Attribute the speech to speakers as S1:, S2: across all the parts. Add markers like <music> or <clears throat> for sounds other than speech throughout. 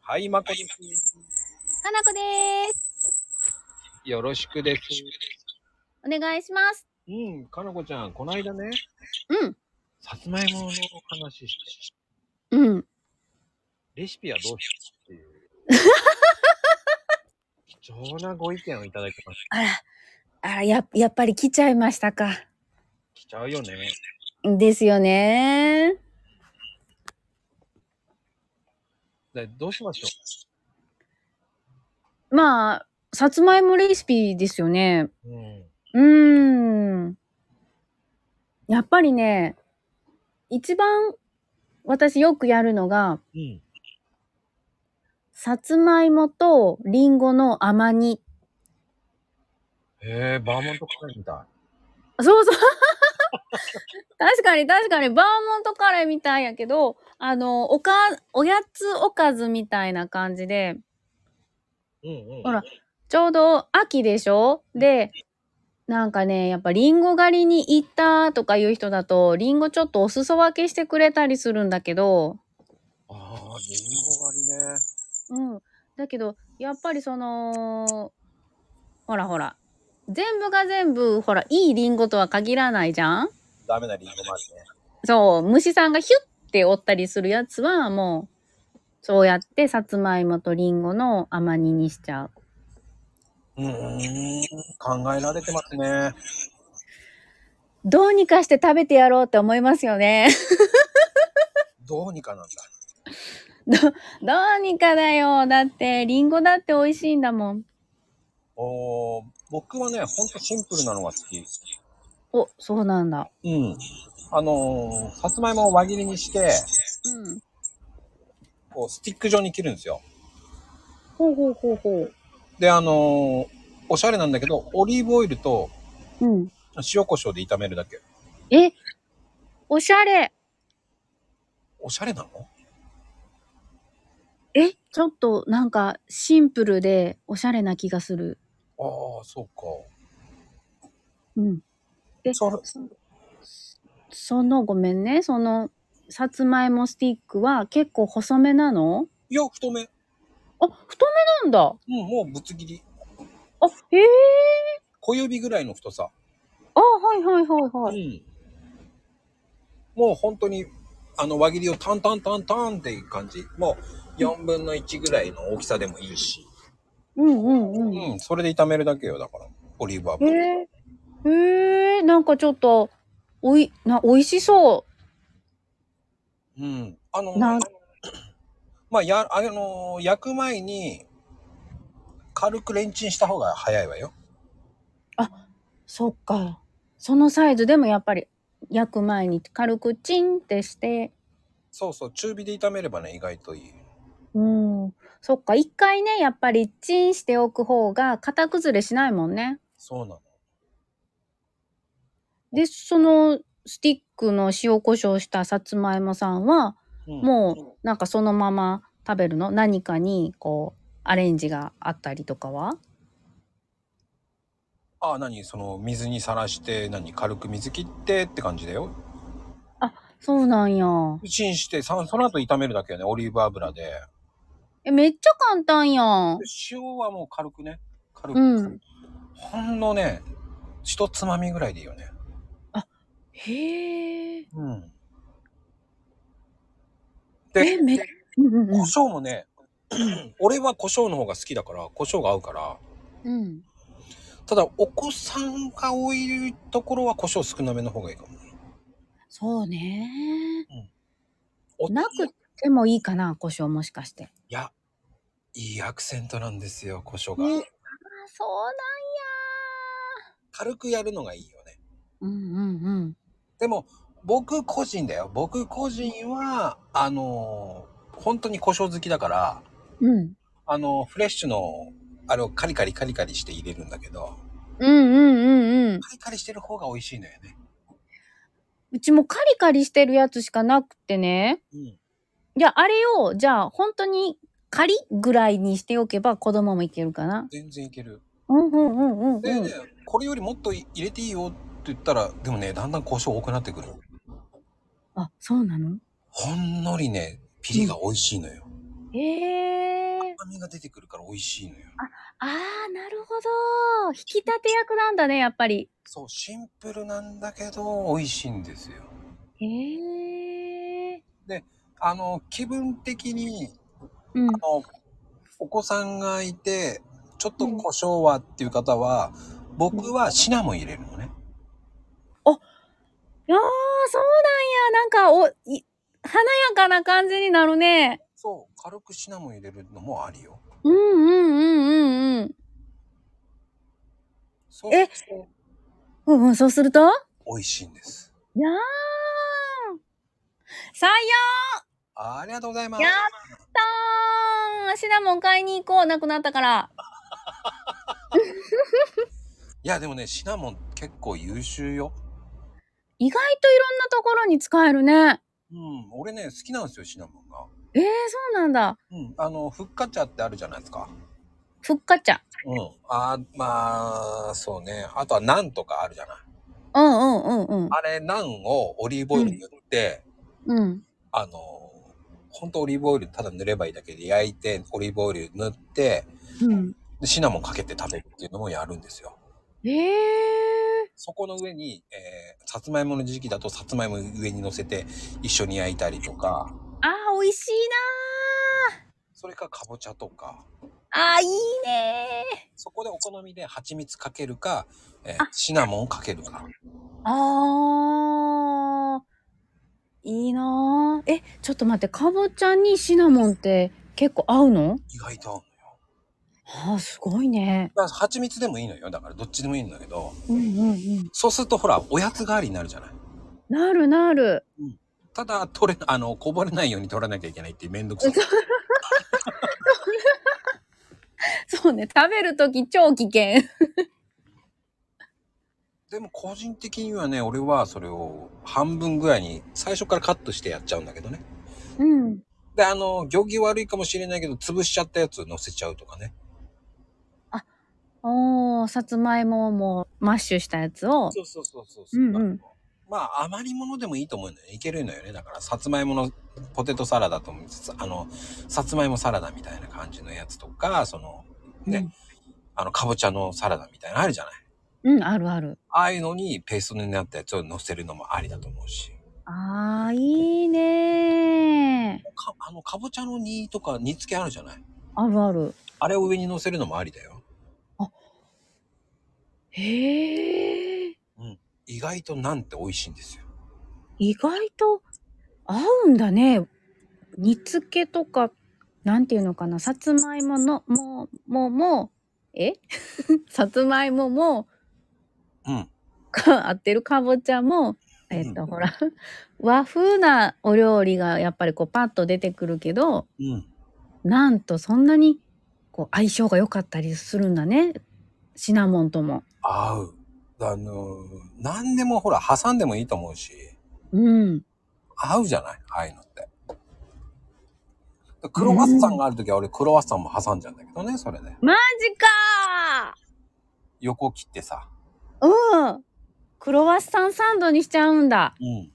S1: はい、まこり
S2: かなこでーす。
S1: よろしくです。
S2: お願いします。
S1: うん、かなこちゃん、この間ね、
S2: うん。
S1: さつまいもの話して、
S2: うん。
S1: レシピはどうしたっていう、貴重なご意見をいただきまし
S2: あら、あら、や、やっぱり来ちゃいましたか。
S1: た。来ちゃうよね。
S2: ですよね
S1: でどうしましょ
S2: ー。まあ、さつまいもレシピですよね。
S1: う。うん。
S2: うーん。やっぱりね、一番私よくやるのが、
S1: うん。
S2: さつまいもとりんごの甘煮。
S1: へえ、バーモントカレーみた
S2: そう <laughs> そう。確かに確かに、バーモントカレーみたいやけど、あの、おか、おやつおかずみたいな感じで、
S1: い。うんうん。
S2: ほら。ちょうど秋でしょで、なんかね、やっぱリンゴ狩りに行ったとかいう人だと、リンゴちょっとお裾分けしてくれたりするんだけど、
S1: ああ、リンゴ狩りね。
S2: うん。だけど、やっぱりその、ほらほら、全部が全部、ほら、いいリンゴとは限らないじゃん
S1: ダメなリンゴもあるね。
S2: そう、虫さんがヒュッて折ったりするやつは、もう、そうやって、さつまいもとりんごの甘煮にしちゃう。
S1: うーん、考えられてますね。
S2: どうにかして食べてやろうって思いますよね。 <laughs>
S1: どうにかなんだ。
S2: どうにかだよ。だって、りんごだって美味しいんだもん。
S1: おー僕はね、ほんとシンプルなのが好き。
S2: お、そうなんだ。
S1: うん。あのーさつまいもを輪切りにして、
S2: うん。
S1: こう、スティック状に切るんですよ。
S2: ほうほうほうほう。
S1: で、あのーおしゃれなんだけど、オリーブオイルと
S2: うん。
S1: 塩コショウで炒めるだけ。
S2: え、おしゃれ。
S1: おしゃれなの
S2: え、ちょっとなんかシンプルでおしゃれな気がする。
S1: ああ、そうか。
S2: うん。で
S1: それ、
S2: その、ごめんね。その、さつまいもスティックは結構細めなの
S1: いや、太め。うん、
S2: あ、太めなんだ。
S1: もうぶつ切り。
S2: あ、へえ。
S1: 小指ぐらいの太さ。
S2: あ、はいはいはいはい。
S1: うん。もう本当に、あの、輪切りをタンタンタンタンっていう感じ。もう、4分の1ぐらいの大きさでもいいし。
S2: うんうんうん。へ
S1: うん、それで炒めるだけよ、だから。オリーブ油。
S2: え。へえ、なんかちょっと、おい、な、美味しそ
S1: うん。あの、
S2: な
S1: まあ、や、あの、焼く前に、軽くレンチンした方が早いわよ。
S2: う。そっか。そのサイズでもやっぱり、焼く前に軽くチンってして、
S1: そうそう、中火で炒めればね、意外といい。
S2: うん。そっか。一回ね、やっぱりチンしておく方が、型崩れしないもんね。
S1: そうなの。
S2: で、その、スティックの塩コショウしたさつまいもさんは、
S1: うん
S2: もう、なんかそのまま食べるの何かに、こう、アレンジがあったりとかは
S1: ああ、何その、水にさらして、何軽く水切ってって感じだよ。
S2: そうなんや。
S1: チンして、さその後炒めるだけよね、オリーブ油で。
S2: え、めっちゃ簡単やん。
S1: 塩はもう軽くね。軽く。
S2: うん
S1: ほんのね、一つまみぐらいでいいよね。
S2: へえ。
S1: うん。で
S2: え、めっ、うんうん
S1: 胡椒もね、 <clears throat> 俺は胡椒の方が好きだから、胡椒が合うから。
S2: うん。
S1: ただ、お子さんが多いところは胡椒少なめの方がいいかも。
S2: そうね。
S1: お
S2: なくてもいいかな、胡椒もしかして。
S1: いや、いいアクセントなんですよ、胡椒が。
S2: ね。あ、そう
S1: 軽くやるのがいいよね。
S2: なんや。うんうんうん。
S1: でも、僕個人だよ。僕個人は、あのー本当に胡椒好きだから、
S2: うん。
S1: あのーフレッシュの、あれをカリカリカリカリして入れるんだけど、
S2: うんうんうんうん。
S1: カリカリしてる方が美味しいのよね。
S2: うちもカリカリしてるやつしかなくてね。
S1: うん。
S2: いや、あれを、じゃあ、本当に、カリぐらいにしておけば子供もいけるかな。
S1: 全然いける。
S2: うんうんうんうん、
S1: で、
S2: うん。
S1: これよりもっとい入れていいよって言ったら、でもね、だんだん胡椒多くなってくる。
S2: あ、そうなの
S1: ほんのりね、ピリが美味しいのよ。
S2: へえ
S1: 甘みが出てくるから美味しいのよ。
S2: ああ、なるほど。引き立て役なんだね、やっぱり。
S1: そう、シンプルなんだけど、美味しいんですよ。
S2: へえ。
S1: あの、気分的に、
S2: うん。
S1: あの、お子さんがいて、ちょっと胡椒はっていう方は、僕はシナモン入れるのね。
S2: ああ、そうなんや。なんか、お、い、華やかな感じになるね。
S1: そう、軽くシナモン入れるのもありよ。
S2: うんうんうんうんうん。
S1: そう
S2: え
S1: すると
S2: うんうん、そうすると
S1: 美味しいんです。
S2: やーん採
S1: ありがとうございます
S2: 用や。ったーんシナモン買いに行こう、なくなったから。
S1: いや、でもね、シナモン結構優秀よ。
S2: 意外といろんなところに使えるね。
S1: うん、俺ね、好きなんですよ、シナモンが。
S2: えー、そうなんだ。
S1: うん、あの、ふっか茶ってあるじゃないですか。
S2: ふっかちゃ。
S1: うん。あーまあ、そうね。あとはナンとかあるじゃない。
S2: うんうんうんうん。
S1: あれ、ナンをオリーブオイルに塗って、
S2: うん。
S1: あの、ほんとオリーブオイルただ塗ればいいだけで焼いて、オリーブオイル塗って、
S2: うん。
S1: でシナモンかけて食べるっていうのもやるんですよ。
S2: えー。
S1: そこの上に、えー、さつまいもの時期だとさつまいも上に乗せて一緒に焼いたりとか、
S2: あー、美味しい
S1: それかかぼちゃとか、
S2: なー。あー、いいねー。
S1: そこでお好みで蜂蜜かけるか、えーシナモンかけるか。
S2: あー。いいなー。え、ちょっと待って、かぼちゃにシナモンって結構合うの
S1: 意外と合うのよ。
S2: あー、すごいね。
S1: だから蜂蜜でもいいのよ。だからどっちでもいいんだけど、
S2: うんうんうん。
S1: そうするとほら、おやつ代わりになるじゃない。
S2: なるなる。
S1: ただ、取れ、あの、こぼれないように取らなきゃいけないっていうめんどくさい。
S2: そうね、食べるとき超危険。
S1: でも個人的にはね、俺はそれを半分ぐらいに最初からカットしてやっちゃうんだけどね。
S2: うん。
S1: で、あの、行儀悪いかもしれないけど、潰しちゃったやつ乗せちゃうとかね。
S2: おー、さつまいもをもうマッシュしたやつを。
S1: そうそうそうそう
S2: うんうん
S1: まあ、余り物でもいいと思うんだよね。いけるのよね。だから、さつまいものポテトサラダとも、さあの、さつまいもサラダみたいな感じのやつとか、その、ね、あの、かぼちゃのサラダみたいなのあるじゃない。
S2: うん、うん、あるある。
S1: ああいうのにペーストになったやつを乗せるのもありだと思うし。
S2: あー、いいねー。
S1: かあの、かぼちゃの煮とか煮付けあるじゃない。
S2: あるある。
S1: あれを上に乗せるのもありだよ。
S2: へー。
S1: 意外となんて美味しいんですよ。
S2: 意外と合うんだね。煮付けとか、なんていうのかな、さつまいもの、も、も、も、え <laughs> さつまいもも、
S1: うん。
S2: か合ってるかぼちゃも、えっと、ほら、和風なお料理がやっぱりこうパッと出てくるけど、
S1: うん。
S2: なんとそんなにこう相性が良かったりするんだね。シナモンとも。
S1: 合う。あのー、何でもほら、挟んでもいいと思うし、
S2: うん。
S1: 合うじゃないああいうのって。クロワッサンがあるときは俺クロワッサンも挟んじゃうんだけどね、それで。
S2: マジか
S1: 横切ってさ。
S2: ーうん。クロワッサンサンドにしちゃうんだ。
S1: うん。
S2: い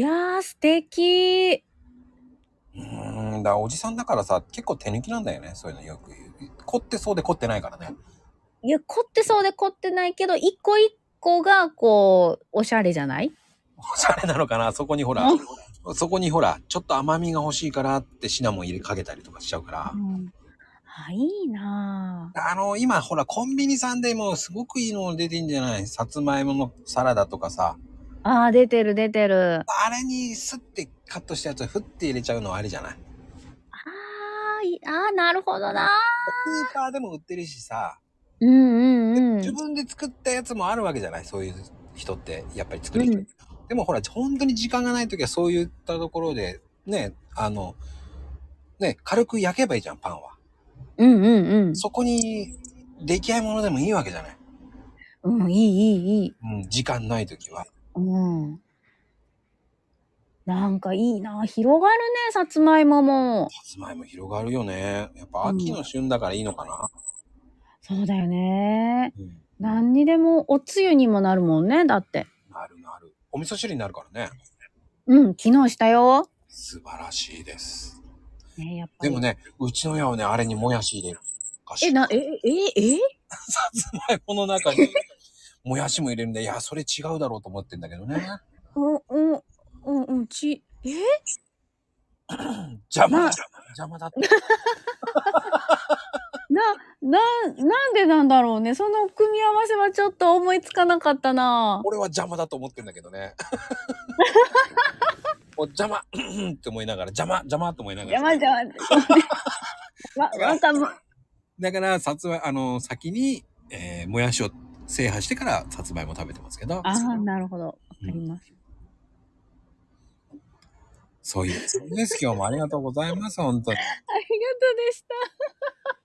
S2: やー、素敵。
S1: うーん、だからおじさんだからさ、結構手抜きなんだよね、そういうのよく言う。凝ってそうで凝ってないからね。
S2: いや、凝ってそうで凝ってないけど、一個一個がこう、おしゃれじゃない
S1: おしゃれなのかなそこにほら
S2: う、
S1: そこにほら、ちょっと甘みが欲しいからってシナモン入れかけたりとかしちゃうから。
S2: ん。あ、いいなぁ。
S1: あの、今ほら、コンビニさんでもすごくいいの出てんじゃないさつまいものサラダとかさ。
S2: あー、出てる出てる。
S1: あれにスッてカットしたやつをふって入れちゃうのはあれじゃないス
S2: あーいあー、なるほどな。
S1: ーパーでも売ってるしさ、
S2: うんうんうん。
S1: 自分で作ったやつもあるわけじゃないそういう人って、やっぱり作る人。
S2: うん
S1: でもほら、本当に時間がない時はそういったところで、ね、あの、ね、軽く焼けばいいじゃん、パンは。
S2: うんうん
S1: そこに出来合いものでもいいわけじゃない。
S2: うん。うん、いいいいいい。
S1: うん、時間ない時は。
S2: うん。なんかいいな。広がるね、さつまいもも。
S1: さつまいも広がるよね。やっぱ秋の旬だからいいのかな。
S2: そうだよね。
S1: うん、
S2: 何にでもおつゆにもなるもんね、だって。
S1: なるなる。お味噌汁になるからね。
S2: うん、昨日したよ。
S1: 素晴らしいです。
S2: ね、やっぱ
S1: で
S2: り。
S1: もね、うちの親はね、あれにもやし入れる。
S2: え、な、え、え、え、え
S1: さつまいもの中
S2: <laughs>
S1: に、もやしも入れるんで、いや、それ違うだろうと思ってんだけどね。
S2: うん、うん、うん、うん、ち、え
S1: 邪魔
S2: まあ
S1: だ。邪魔だって。
S2: な、な、なんでなんだろうね。その組み合わせはちょっと思いつかなかったな。
S1: 俺は邪魔だと思ってるんだけど
S2: <laughs>
S1: ね。お邪魔って思いながら、邪魔邪魔って思いながら。
S2: 邪魔邪
S1: <laughs>
S2: 魔。わ、わかも。
S1: だから、さつまい、あの、先に、えーもやしを制覇してから、さつまいも食べてますけど、
S2: ああ、なるほど。わかります。
S1: そういう、そうです。今日もありがとうございます、本当に。
S2: ありがとうでした。